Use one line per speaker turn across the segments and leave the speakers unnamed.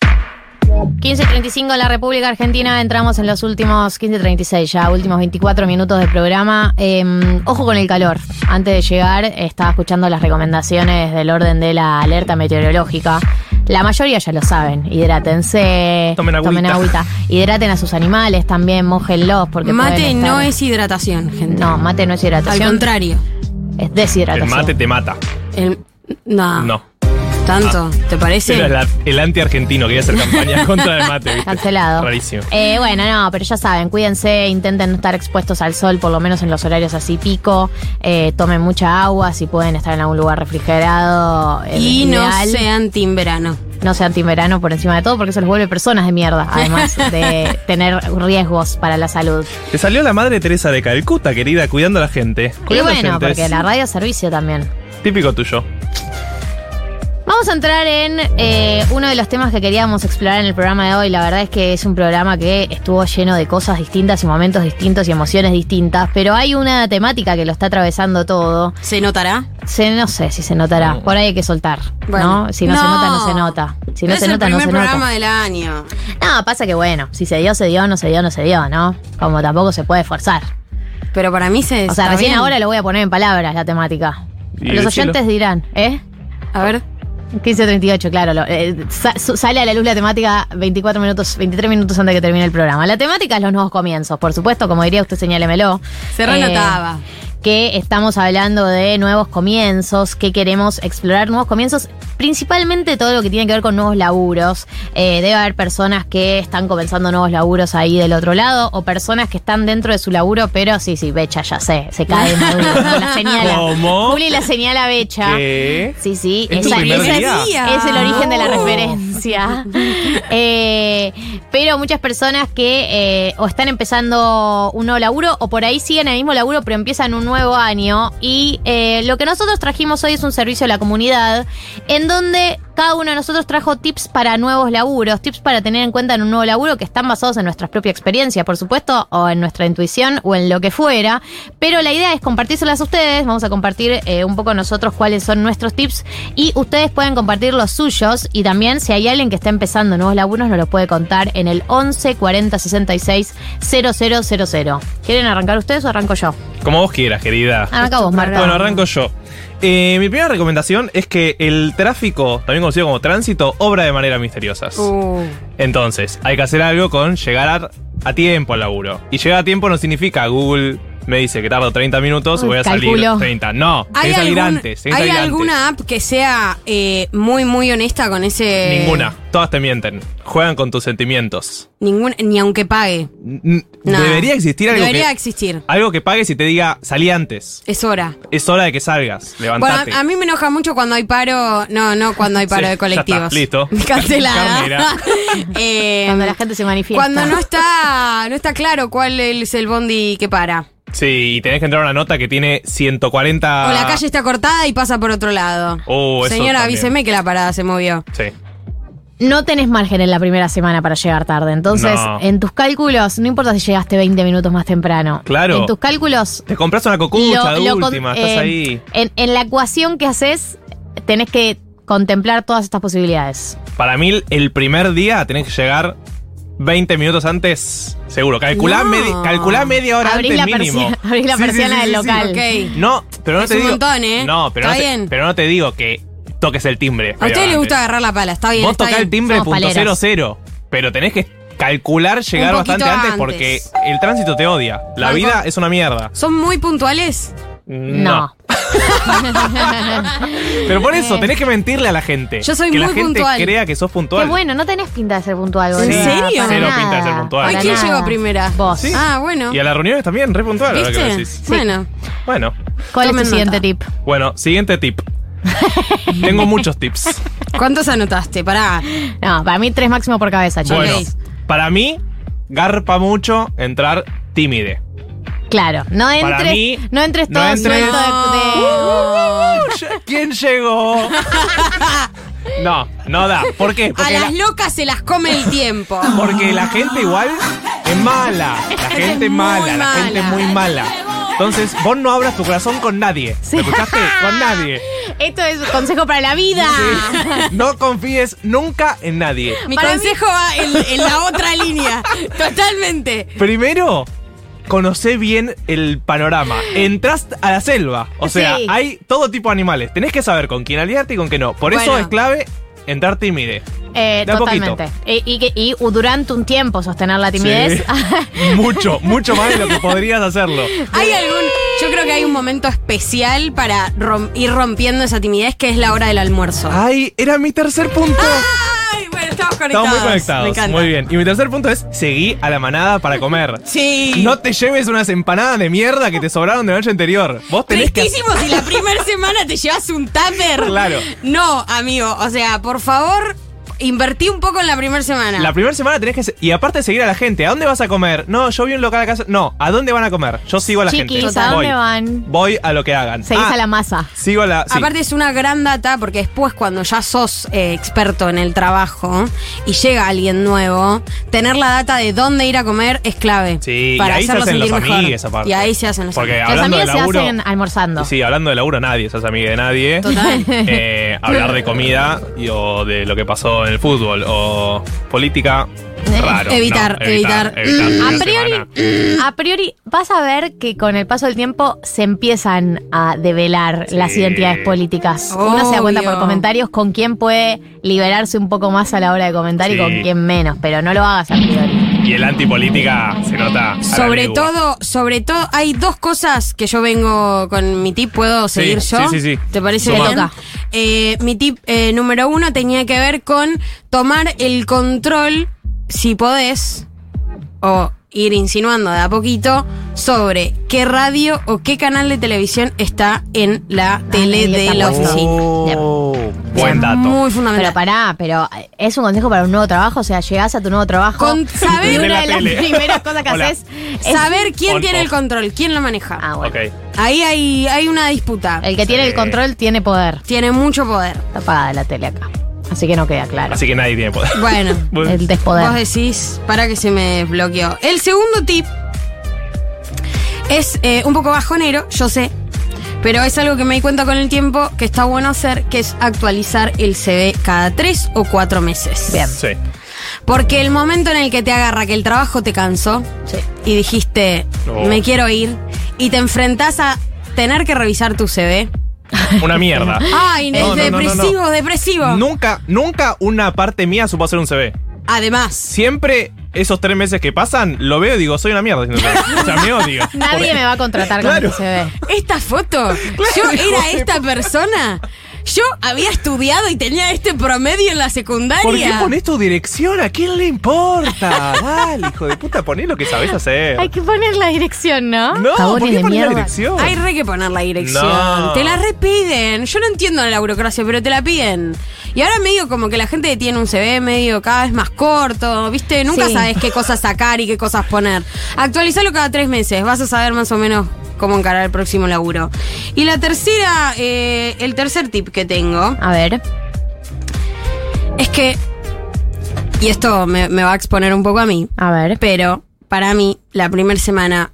15.35 en la República Argentina, entramos en los últimos 15.36 ya, últimos 24 minutos de programa. Eh, ojo con el calor. Antes de llegar estaba escuchando las recomendaciones del orden de la alerta meteorológica. La mayoría ya lo saben, hidrátense,
Tomen agüita.
hidraten a sus animales también, mojenlos porque
Mate
pueden
no
estar-
es hidratación, gente.
No, mate no es
Al
hidratación.
contrario.
Es
El
deshidratación.
mate te mata.
El-
Ah.
no,
No.
¿Tanto? ¿Te parece?
Era la- el anti-argentino quería hacer campaña contra el mate. ¿viste?
Cancelado.
Rarísimo.
Eh, bueno, no, pero ya saben, cuídense, intenten no estar expuestos al sol, por lo menos en los horarios así pico. Eh, tomen mucha agua si pueden estar en algún lugar refrigerado. eh,
y
ideal.
no sean team verano.
No sean timberano por encima de todo, porque eso los vuelve personas de mierda, además de tener riesgos para la salud.
Te salió la madre Teresa de Calcuta, querida, cuidando a la gente.
y
Cuidando a la
bueno,
gente.
porque la radio es servicio también.
Típico tuyo.
Vamos a entrar en eh, uno de los temas que queríamos explorar en el programa de hoy. La verdad es que es un programa que estuvo lleno de cosas distintas y momentos distintos y emociones distintas, pero hay una temática que lo está atravesando todo.
¿Se notará?
Se, no sé si se notará, por ahí hay que soltar,
Bueno.
¿no? Si no, se nota, no se nota. Si no
es
se nota,
el
no se
primer programa
nota.
del año.
No, pasa que bueno, si se dio, se dio, no se dio, no se dio, ¿no? Como tampoco se puede forzar.
Pero para mí se.
O sea,
está
recién
bien.
ahora lo voy a poner en palabras la temática.
Y
Los
decilo.
oyentes dirán, ¿eh?
A ver.
15.38, claro. lo- eh, sa- su- sale a la luz la temática 24 minutos, 23 minutos antes de que termine el programa. La temática es los nuevos comienzos, por supuesto, como diría usted, señálemelo.
Se
Eh,
renotaba.
que estamos hablando de nuevos comienzos, que queremos explorar nuevos comienzos, principalmente todo lo que tiene que ver con nuevos laburos. Eh, debe haber personas que están comenzando nuevos laburos ahí del otro lado o personas que están dentro de su laburo, pero sí, sí, Becha, ya sé, se cae. Maduro, la señala.
¿Cómo?
Juli la señala a Becha.
¿Qué?
Sí, sí,
¿Es tu
esa-
primer
esa-
día?
es el origen de la
No.
referencia. Eh, pero muchas personas que eh, o están empezando un nuevo laburo o por ahí siguen el mismo laburo pero empiezan un nuevo año. Y eh, lo que nosotros trajimos hoy es un servicio a la comunidad en donde cada uno de nosotros trajo tips para nuevos laburos, tips para tener en cuenta en un nuevo laburo que están basados en nuestra propia experiencia, por supuesto, o en nuestra intuición o en lo que fuera. Pero la idea es compartírselas a ustedes. Vamos a compartir eh, un poco nosotros cuáles son nuestros tips y ustedes pueden compartir los suyos. Y también, si hay alguien que está empezando nuevos laburos, nos los puede contar en el 11 40 66 0000. ¿Quieren arrancar ustedes o arranco yo?
Como vos quieras, querida.
Arranca vos, Marta.
Bueno, arranco yo. Eh, mi primera recomendación es que el tráfico, también conocido como tránsito, obra de manera misteriosas.
Uh,
Entonces, hay que hacer algo con llegar a, a tiempo al laburo. Y llegar a tiempo no significa Google me dice que tardo 30 minutos,
Uy,
voy a
calculo.
salir 30. No, tenés
¿Hay,
que salir
algún-
antes. tenés que
¿hay
salir antes.
alguna app que sea eh, muy, muy honesta con ese.
Ninguna. Todas te mienten. Juegan con tus sentimientos.
Ninguna, ni aunque pague.
N-
No.
Debería existir algo,
Debería
que,
existir.
algo que pagues y te diga, salí antes.
Es hora.
Es hora de que salgas.
Bueno,
Levantate.
a, a mí me enoja mucho cuando hay paro. No, no cuando hay paro
Sí,
de
ya está,
colectivos.
listo.
Cancelada.
Carnera.
Eh,
Cuando la gente se manifiesta.
cuando no está, no está claro cuál es el bondi que para.
Sí, y tenés que entrar a una nota que tiene 140...
O la calle está cortada y pasa por otro lado.
Ah. Oh, eso
Señora,
también.
avíseme que la parada se movió.
Sí.
No tenés margen en la primera semana para llegar tarde. Entonces,
No.
en tus cálculos, no importa si llegaste 20 minutos más temprano.
Claro.
En tus cálculos.
Te compras una cocucha de
con-
última, estás
eh,
ahí.
En, en la ecuación que haces, tenés que contemplar todas estas posibilidades.
Para mí, el primer día tenés que llegar 20 minutos antes, seguro. Calculá,
No.
medi- calculá media hora
Abrís la,
antes mínimo.
persi- abrís la
Sí, sí,
persiana
sí,
del
sí, sí.
local.
Ok.
No, pero no
Es
te
un
digo.
montón, ¿eh?
No, pero
Está
no, te,
bien.
pero no te digo que toques el timbre.
A usted
media
le
hora
gusta
antes.
agarrar la pala, está bien.
Vos
está
tocás el
bien.
timbre
Somos
punto
paleras.
cero cero, pero tenés que calcular llegar
Un
bastante
poquito
antes,
antes.
porque el tránsito te odia. La
Banco.
vida es una mierda.
¿Son muy puntuales?
No.
Pero por eso, tenés que mentirle a la gente.
Eh. Yo soy
que la
muy
gente
puntual.
crea que sos puntual.
Qué bueno, no tenés pinta de ser puntual, boludo.
¿En serio?
Para
Cero
nada,
pinta de ser puntual.
Ay,
para
¿quién
nada.
llegó primera?
Vos.
Sí.
Ah, bueno.
Y a las reuniones también, re puntual, ahora que lo
¿Viste?
decís.
Bueno.
Bueno.
¿Cuál es tu
Tomen
siguiente
nota.
tip?
Bueno, siguiente tip. Tengo muchos tips.
¿Cuántos anotaste? Pará.
No, para mí tres máximo por cabeza, chicos.
Bueno,
Ok.
para mí, garpa mucho entrar tímide.
Claro, no
Para
entres,
mí,
no entres
no
todo
entres-
suelto de- Uh, de-
No.
¿Quién llegó? No, no da. ¿Por qué?
A
Porque,
las
la,
locas se las come el tiempo.
porque la gente igual Es mala. La
gente
gente
es
es
muy
mala. La gente es
mala.
muy mala. Entonces, vos no abras tu corazón con nadie.
Sí.
¿Me escuchaste? Con nadie.
Esto es un consejo para la vida.
No confíes nunca en nadie.
Mi
Para mí-
consejo va en, en la otra línea. Totalmente.
Primero, conocé bien el panorama. Entrás a la selva. O sea,
Sí.
hay todo tipo de animales. Tenés que saber con quién aliarte y con quién no. Por eso
Bueno.
es clave entrarte y mire.
Eh,
De a
totalmente. Y, y que- y durante un tiempo sostener la timidez.
Sí. mucho, mucho más de lo que podrías hacerlo.
Hay algún. Yo creo que hay un momento especial para rom- ir rompiendo esa timidez que es la hora del almuerzo.
Ay, era mi tercer punto.
Ay, bueno, estamos Ah, conectados.
Estamos muy
Me
conectados.
encanta.
Muy bien. Y mi tercer punto es seguí a la manada para comer.
Sí.
No te lleves unas empanadas de mierda que te sobraron de la noche anterior. Vos tenés que.
Tristísimo si la primera semana te llevas un tupper.
Claro.
No, amigo. O sea, por favor, invertí un poco en la primera semana.
La primera semana tenés que. se- Y aparte seguir a la gente. ¿A dónde vas a comer? No, yo vi un local acá. No, ¿a dónde van a comer? Yo sigo a la gente.
Chiquis, ¿a
Voy.
dónde van?
Voy a lo que hagan.
Seguís
Ah,
a la masa.
Sigo a la. sí.
Aparte es una gran data porque después cuando ya sos eh, experto en el trabajo y llega alguien nuevo, tener la data de dónde ir a comer es clave.
Sí,
para
y ahí se
hacerlo
hacen los
sentir mejor.
amigues aparte.
Y ahí se hacen los
Porque
amigues.
Las
hablando de
amigas se
laburo.
hacen almorzando.
Sí, hablando de laburo, nadie se hace amiga de nadie.
Total.
Eh, hablar de comida y, o de lo que pasó en el fútbol o política,
Eh,
raro. no,
Evitar, evitar.
Mm. A
Una semana.
priori, a priori vas a ver que con el paso del tiempo se empiezan a develar
Sí.
las identidades políticas. Uno se da cuenta por
Obvio.
comentarios con quién puede liberarse un poco más a la hora de comentar y
Sí.
con quién menos, pero no lo hagas a priori.
Y el antipolítica se nota. a la
Sobre
legua.
todo, sobre todo, hay dos cosas que yo vengo con mi tip, ¿puedo
Sí,
seguir
sí,
yo?
sí, sí.
¿Te parece
Suma.
bien?
Toca.
Eh, mi tip eh, número uno tenía que ver con tomar el control, si podés, o ir insinuando de a poquito, sobre qué radio o qué canal de televisión está en la tele
Ah, ahí
de
está
la
puesto.
oficina.
Oh,
Es
buen dato.
Muy fundamental.
Pero pará, pero es un consejo para un nuevo trabajo, o sea, llegás a tu nuevo trabajo.
Con
y
saber-
una
De
de
la
las
tele.
primeras cosas que
Hola.
haces es.
Saber quién
On,
tiene el
off.
control, quién lo maneja.
Ah, bueno.
Ok.
Ahí hay, hay una disputa.
El que tiene el
Sí.
control tiene poder.
Tiene mucho poder.
Está apagada la tele acá. Así que no queda claro.
Así que nadie tiene poder.
Bueno.
Bueno,
El despoder.
Vos decís, para que se me desbloqueó. El segundo tip es eh, un poco bajonero, yo sé, pero es algo que me di cuenta con el tiempo que está bueno hacer, que es actualizar el CV cada tres o cuatro meses.
Bien.
Sí.
Porque el momento en el que te agarra que el trabajo te cansó
Sí.
y dijiste,
No.
me quiero ir, y te enfrentás a tener que revisar tu CV.
Una mierda.
Ay,
No,
es
no, no, no, no.
depresivo, depresivo.
Nunca, nunca una parte mía supo hacer un CV.
Además.
Siempre esos tres meses que pasan, lo veo y digo, soy una mierda. haciendo CV. O sea, me odio.
Nadie
Porque-
me va a contratar con
Claro.
este CV.
Esta foto, yo era esta
pues.
persona. Yo había estudiado y tenía este promedio en la secundaria.
¿Por qué pones tu dirección? ¿A quién le importa? Dale, hijo de puta, poné lo que sabés hacer.
Hay que poner la dirección, ¿no?
No, ¿por
Jabones
qué
de
ponés la
mierda.
dirección?
Hay re que poner la dirección.
No.
Te la repiden. Yo no entiendo la burocracia, pero te la piden. Y ahora medio como que la gente tiene un CV medio cada vez más corto, ¿viste? Nunca
Sí.
sabes qué cosas sacar y qué cosas poner. Actualizalo cada tres meses. Vas a saber más o menos cómo encarar el próximo laburo. Y la tercera, eh, el tercer tip que tengo.
A ver.
Es que, y esto me, me va a exponer un poco a mí,
A ver.
pero para mí la primera semana,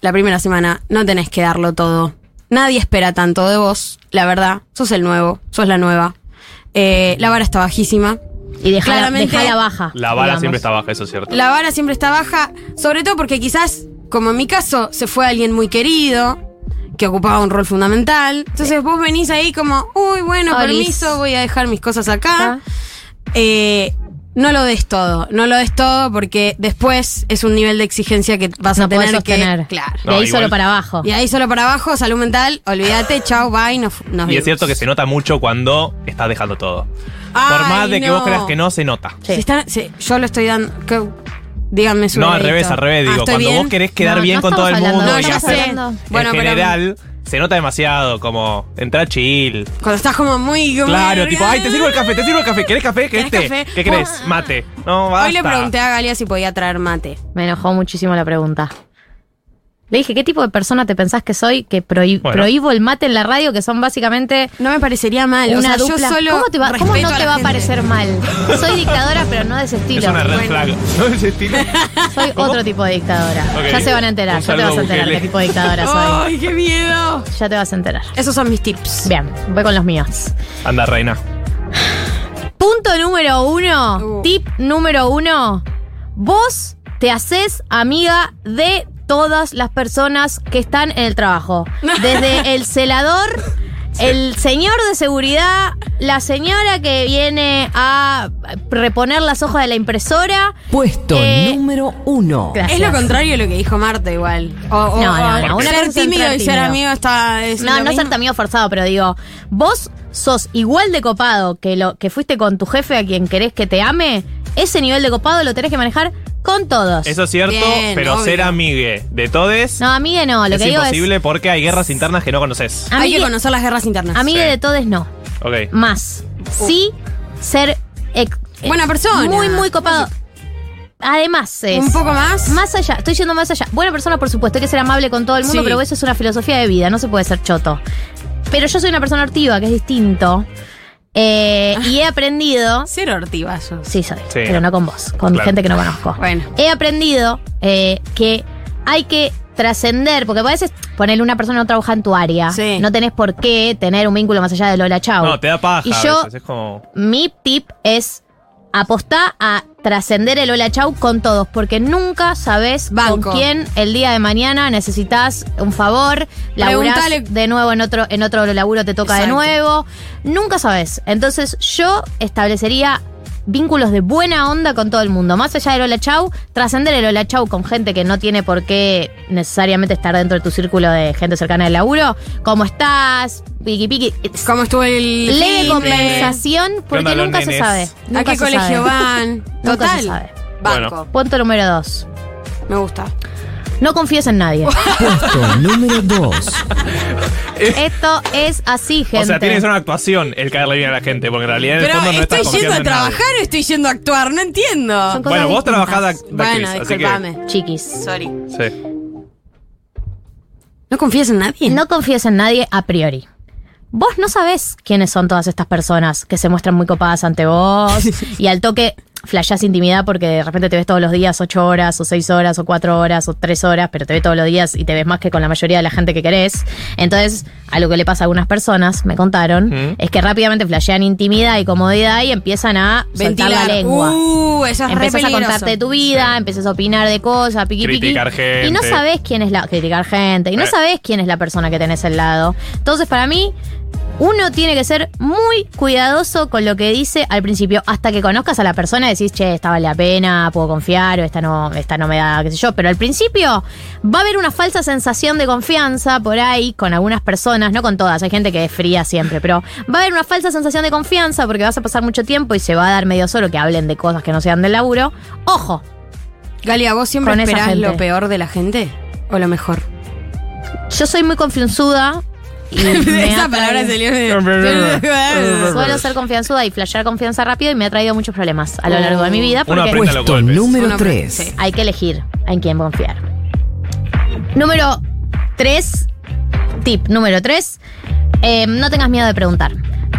la primera semana no tenés que darlo todo. Nadie espera tanto de vos, la verdad. Sos el nuevo, sos la nueva. Eh, la vara está bajísima.
Y dejala,
Claramente-
dejala baja.
La bala
digamos.
siempre está baja, eso es cierto.
La vara siempre está baja, sobre todo porque quizás, como en mi caso, se fue alguien muy querido, que ocupaba un rol fundamental. Entonces vos venís ahí como, uy, bueno,
Olis.
permiso, voy a dejar mis cosas acá.
Ah.
Eh, no lo des todo, no lo des todo porque después es un nivel de exigencia que vas
No
a
podés
tener
sostener.
que... Claro.
de
No,
ahí
igual-
solo para abajo.
Y ahí solo para abajo, salud mental, olvídate, chau, bye, nos, nos
Y es
vimos.
cierto que se nota mucho cuando estás dejando todo. Por
Ay,
más de que vos
no.
creas que no, se nota.
Sí.
Se están- se- yo lo estoy dando... que- díganme su
No, al
veredicto.
revés, al revés,
Ah,
digo.
¿estoy
Cuando
bien?
vos querés quedar
No,
bien
no
con todo el
estamos hablando
mundo
de eso,
y hacer
estamos hablando-
en
Bueno, pero-
general, se nota demasiado, como entra chill.
Cuando estás como muy... como-
Claro, tipo, ay, te sirvo el café, te sirvo el café. ¿Querés café? ¿Querés,
¿Querés
té?
café?
¿Qué querés? Mate. No, basta.
Hoy le pregunté a Galia si podía traer mate.
Me enojó muchísimo la pregunta. Le dije, ¿qué tipo de persona te pensás que soy que prohi-
Bueno.
prohíbo el mate en la radio? Que son básicamente
No me parecería mal. o
una
sea, yo
dupla.
solo
¿Cómo, te va- cómo
respeto
no
la
te va a
gente.
parecer mal? Soy dictadora, pero no de ese
Es
estilo.
una red
Bueno.
flag. ¿No es estilo?
Soy otro tipo de dictadora.
Ok.
Ya se van a enterar,
Un
ya te
saludo
vas a
a
enterar
Bukele.
qué tipo de dictadora soy.
¡Ay, qué miedo!
Ya te vas a enterar.
Esos son mis tips.
Bien, voy con los míos.
Anda, reina.
Punto número uno.
Uh.
Tip número uno. Vos te haces amiga de todas las personas que están en el trabajo. Desde el celador, el señor de seguridad, la señora que viene a reponer las hojas de la impresora.
Puesto
Eh,
número uno.
Gracias.
Es lo contrario de lo que dijo Marta igual. O, o-
No, no, no,
o
una cosa
ser
es ser
tímido y ser
tímido.
amigo está... es
No,
lo
no ser
mismo.
también forzado, pero digo, vos sos igual de copado que lo que fuiste con tu jefe a quien querés que te ame, ese nivel de copado lo tenés que manejar con todos.
Eso es cierto,
Bien,
pero
obvio.
ser amigue de todes
No, amigue no, lo
es
que digo
imposible porque hay guerras internas que no
es.
conoces.
Hay que
Amigue,
conocer las guerras internas.
amigue
Sí.
de todos no.
Ok.
Más. Sí, ser. ex-
Buena persona.
Muy, muy copado. Además, es.
Un poco más.
Más allá, estoy yendo más allá. Buena persona, por supuesto, hay que ser amable con todo el mundo,
Sí.
pero eso es una filosofía de vida, no se puede ser choto. Pero yo soy una persona activa, que es distinto. eh, y he aprendido.
Ser hortivazos.
Sí, soy,
Sí.
pero no con vos, con
Claro.
gente que no conozco.
Bueno.
He aprendido eh, que hay que trascender, porque a veces ponerle una persona que no trabaja en tu área.
Sí.
No tenés por qué tener un vínculo más allá de Lola Chau.
No, te da paja.
Y
a
yo-
veces, Es como.
Mi tip es apostar a trascender el hola chau con todos, porque nunca sabes
Banco.
con quién el día de mañana necesitas un favor, laburás
Preguntale.
de nuevo en otro, en otro laburo te toca de
Exacto.
nuevo. Nunca sabes. Entonces yo establecería vínculos de buena onda con todo el mundo. Más allá del hola chau, trascender el hola chau con gente que no tiene por qué necesariamente estar dentro de tu círculo de gente cercana del laburo. ¿Cómo estás? Piqui piqui.
¿Cómo estuvo el...
Leve
fin?
compensación
onda
porque
los
nunca se
nenes?
sabe.
¿A
Nunca
qué
se
colegio
sabe.
van?
Nunca
Total.
se sabe.
Banco.
Punto número dos.
Me gusta.
No confíes en nadie.
Puesto número dos.
Esto es así, gente.
O sea, tiene que ser una actuación el caerle bien a la gente, porque en realidad en el
Pero
fondo no estás
estoy yendo
confiando
a
en nadie.
trabajar o estoy yendo a actuar, no entiendo.
Son cosas
Bueno, vos
distintas.
trabajás de, de
Bueno,
actriz,
disculpame.
Chiquis.
Sorry.
así que. Sí.
No confías en nadie.
No confíes en nadie a priori. Vos no sabés quiénes son todas estas personas que se muestran muy copadas ante vos y al toque flashás intimidad porque de repente te ves todos los días ocho horas o seis horas o cuatro horas o tres horas, pero te ves todos los días y te ves más que con la mayoría de la gente que querés. Entonces, a lo que le pasa a algunas personas, me contaron,
Mm.
es que rápidamente flashean intimidad y comodidad y empiezan a soltar la
Ventilar.
lengua.
Uh, eso es re
Empezás a
peligroso.
contarte de tu vida, empezás a opinar de cosas, piqui, piqui.
Criticar gente.
Y no sabés quién es la. Criticar gente. Y no
Eh.
sabés quién es la persona que tenés al lado. Entonces, para mí, uno tiene que ser muy cuidadoso con lo que dice al principio. Hasta que conozcas a la persona, decís, che, esta vale la pena, puedo confiar, o esta no, esta no me da, qué sé yo. Pero al principio va a haber una falsa sensación de confianza por ahí con algunas personas, no con todas, hay gente que es fría siempre, pero va a haber una falsa sensación de confianza porque vas a pasar mucho tiempo y se va a dar medio solo que hablen de cosas que no sean del laburo. Ojo,
Galia, ¿vos siempre
Con esa
esperás
gente.
lo peor de la gente? ¿O lo mejor?
yo soy muy confianzuda. Y me ha
Esa palabra
traído-
salió
Suelo ser confianzuda y flashear confianza rápido y me ha traído muchos problemas a lo largo
Oh,
de mi vida
Uno
porque
aprende a los
Puesto
golpes.
número
Uno,
tres.
sí.
hay que elegir en quién confiar. Número 3, tip número 3, no tengas miedo de preguntar.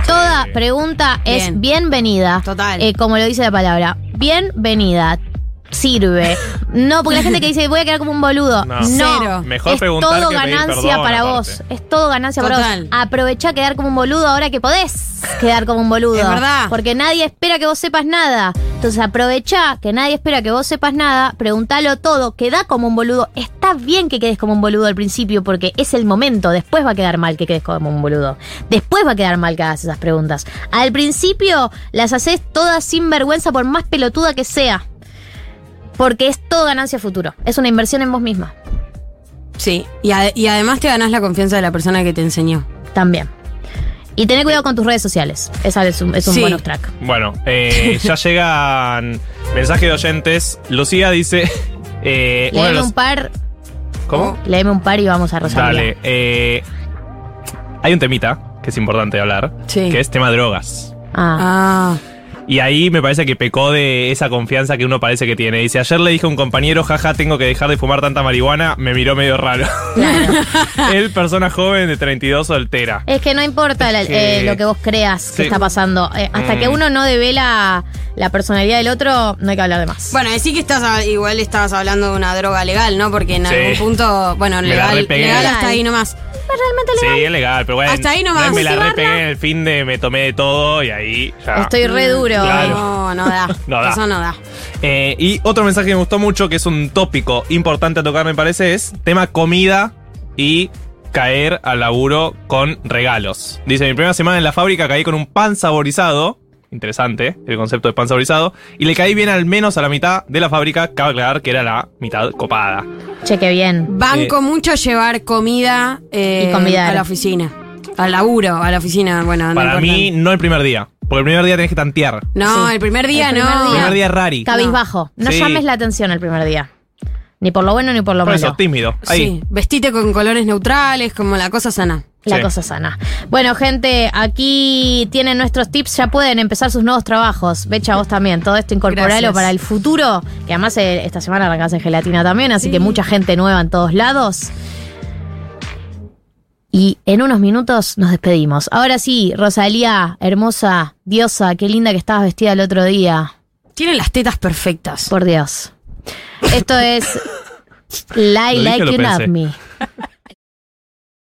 Toda pregunta es
Bien.
bienvenida.
Total.
Eh, como lo dice la palabra, bienvenida. Sirve. No, porque la gente que dice voy a quedar como un boludo.
No.
No.
Cero.
Mejor
es
preguntar
todo
que pedir
ganancia
perdón,
para
aparte.
vos. Es todo ganancia
Total.
para vos. Aprovecha quedar como un boludo ahora que podés quedar como un boludo.
Es verdad.
Porque nadie espera que vos sepas nada. Entonces aprovecha que nadie espera que vos sepas nada, preguntalo todo, queda como un boludo. Está bien que quedes como un boludo al principio porque es el momento, después va a quedar mal que quedes como un boludo. Después va a quedar mal que hagas esas preguntas. Al principio las haces todas sin vergüenza por más pelotuda que sea. Porque es todo ganancia a futuro. Es una inversión en vos misma.
Sí, y, ade- y además te ganás la confianza de la persona que te enseñó.
También. Y tener cuidado con tus redes sociales. Esa es un, es un
Sí.
bonus track.
Bueno, eh, ya llegan mensajes de oyentes. Lucía dice. Eh, uno de
Leeme
los-
un par,
¿Cómo?
Oh,
leeme un par y vamos a Rosalía.
Dale. eh, hay un temita que es importante hablar,
Sí.
que es tema drogas.
Ah.
Ah,
Y ahí me parece que pecó de esa confianza que uno parece que tiene. Dice, ayer le dije a un compañero, jaja, tengo que dejar de fumar tanta marihuana, me miró medio raro. Él, persona joven de 32, soltera.
Es que no importa la-
Es que-
eh, lo que vos creas
Sí.
que está pasando. Eh, hasta que
Mm.
uno no devela la personalidad del otro, no hay que hablar de más.
Bueno, decir que estás a- igual estabas hablando de una droga legal, ¿no? Porque en
Sí.
algún punto, bueno,
Me la
legal,
repegué.
legal hasta
Legal.
ahí nomás.
Sí, es legal, pero bueno.
Hasta ahí nomás.
Me la
Cultivarla.
repegué en el fin de, me tomé de todo y ahí ya.
Estoy re duro.
Ah. Mm, Claro.
No, no da.
No da.
Eso no da.
Eh, y otro mensaje que me gustó mucho, que es un tópico importante a tocar, me parece, es tema comida y caer al laburo con regalos. Dice, mi primera semana en la fábrica caí con un pan saborizado. Interesante el concepto de pan saborizado. Y le caí bien al menos a la mitad de la fábrica. Cabe aclarar que era la mitad
Ah,
copada.
Che, qué bien.
Banco mucho llevar comida eh,
Y convidar.
a la oficina. Al laburo, a la oficina, bueno, no
Para
importa.
mí, no el primer día. Porque el primer día tenés que tantear.
No,
Sí.
el primer día
El
no.
primer
El primer día es rari.
Cabizbajo. No
Sí.
llames la atención el primer día. Ni por lo bueno ni por lo
Por
malo.
eso, tímido. Ahí.
Sí, vestite con colores neutrales, como la cosa sana.
La
Sí.
cosa sana. Bueno, gente, aquí tienen nuestros tips. Ya pueden empezar sus nuevos trabajos. Becha, vos también. Todo esto incorporalo
Gracias.
para el futuro. Que además eh, esta semana arrancás en gelatina también, así que mucha gente nueva en todos lados. Y en unos minutos nos despedimos. Ahora sí, Rosalía, hermosa, diosa, qué linda que estabas vestida el otro día.
Tiene las tetas perfectas.
Por Dios. Esto es Lie
Lo dije,
Like
lo
You Love
pensé.
Me.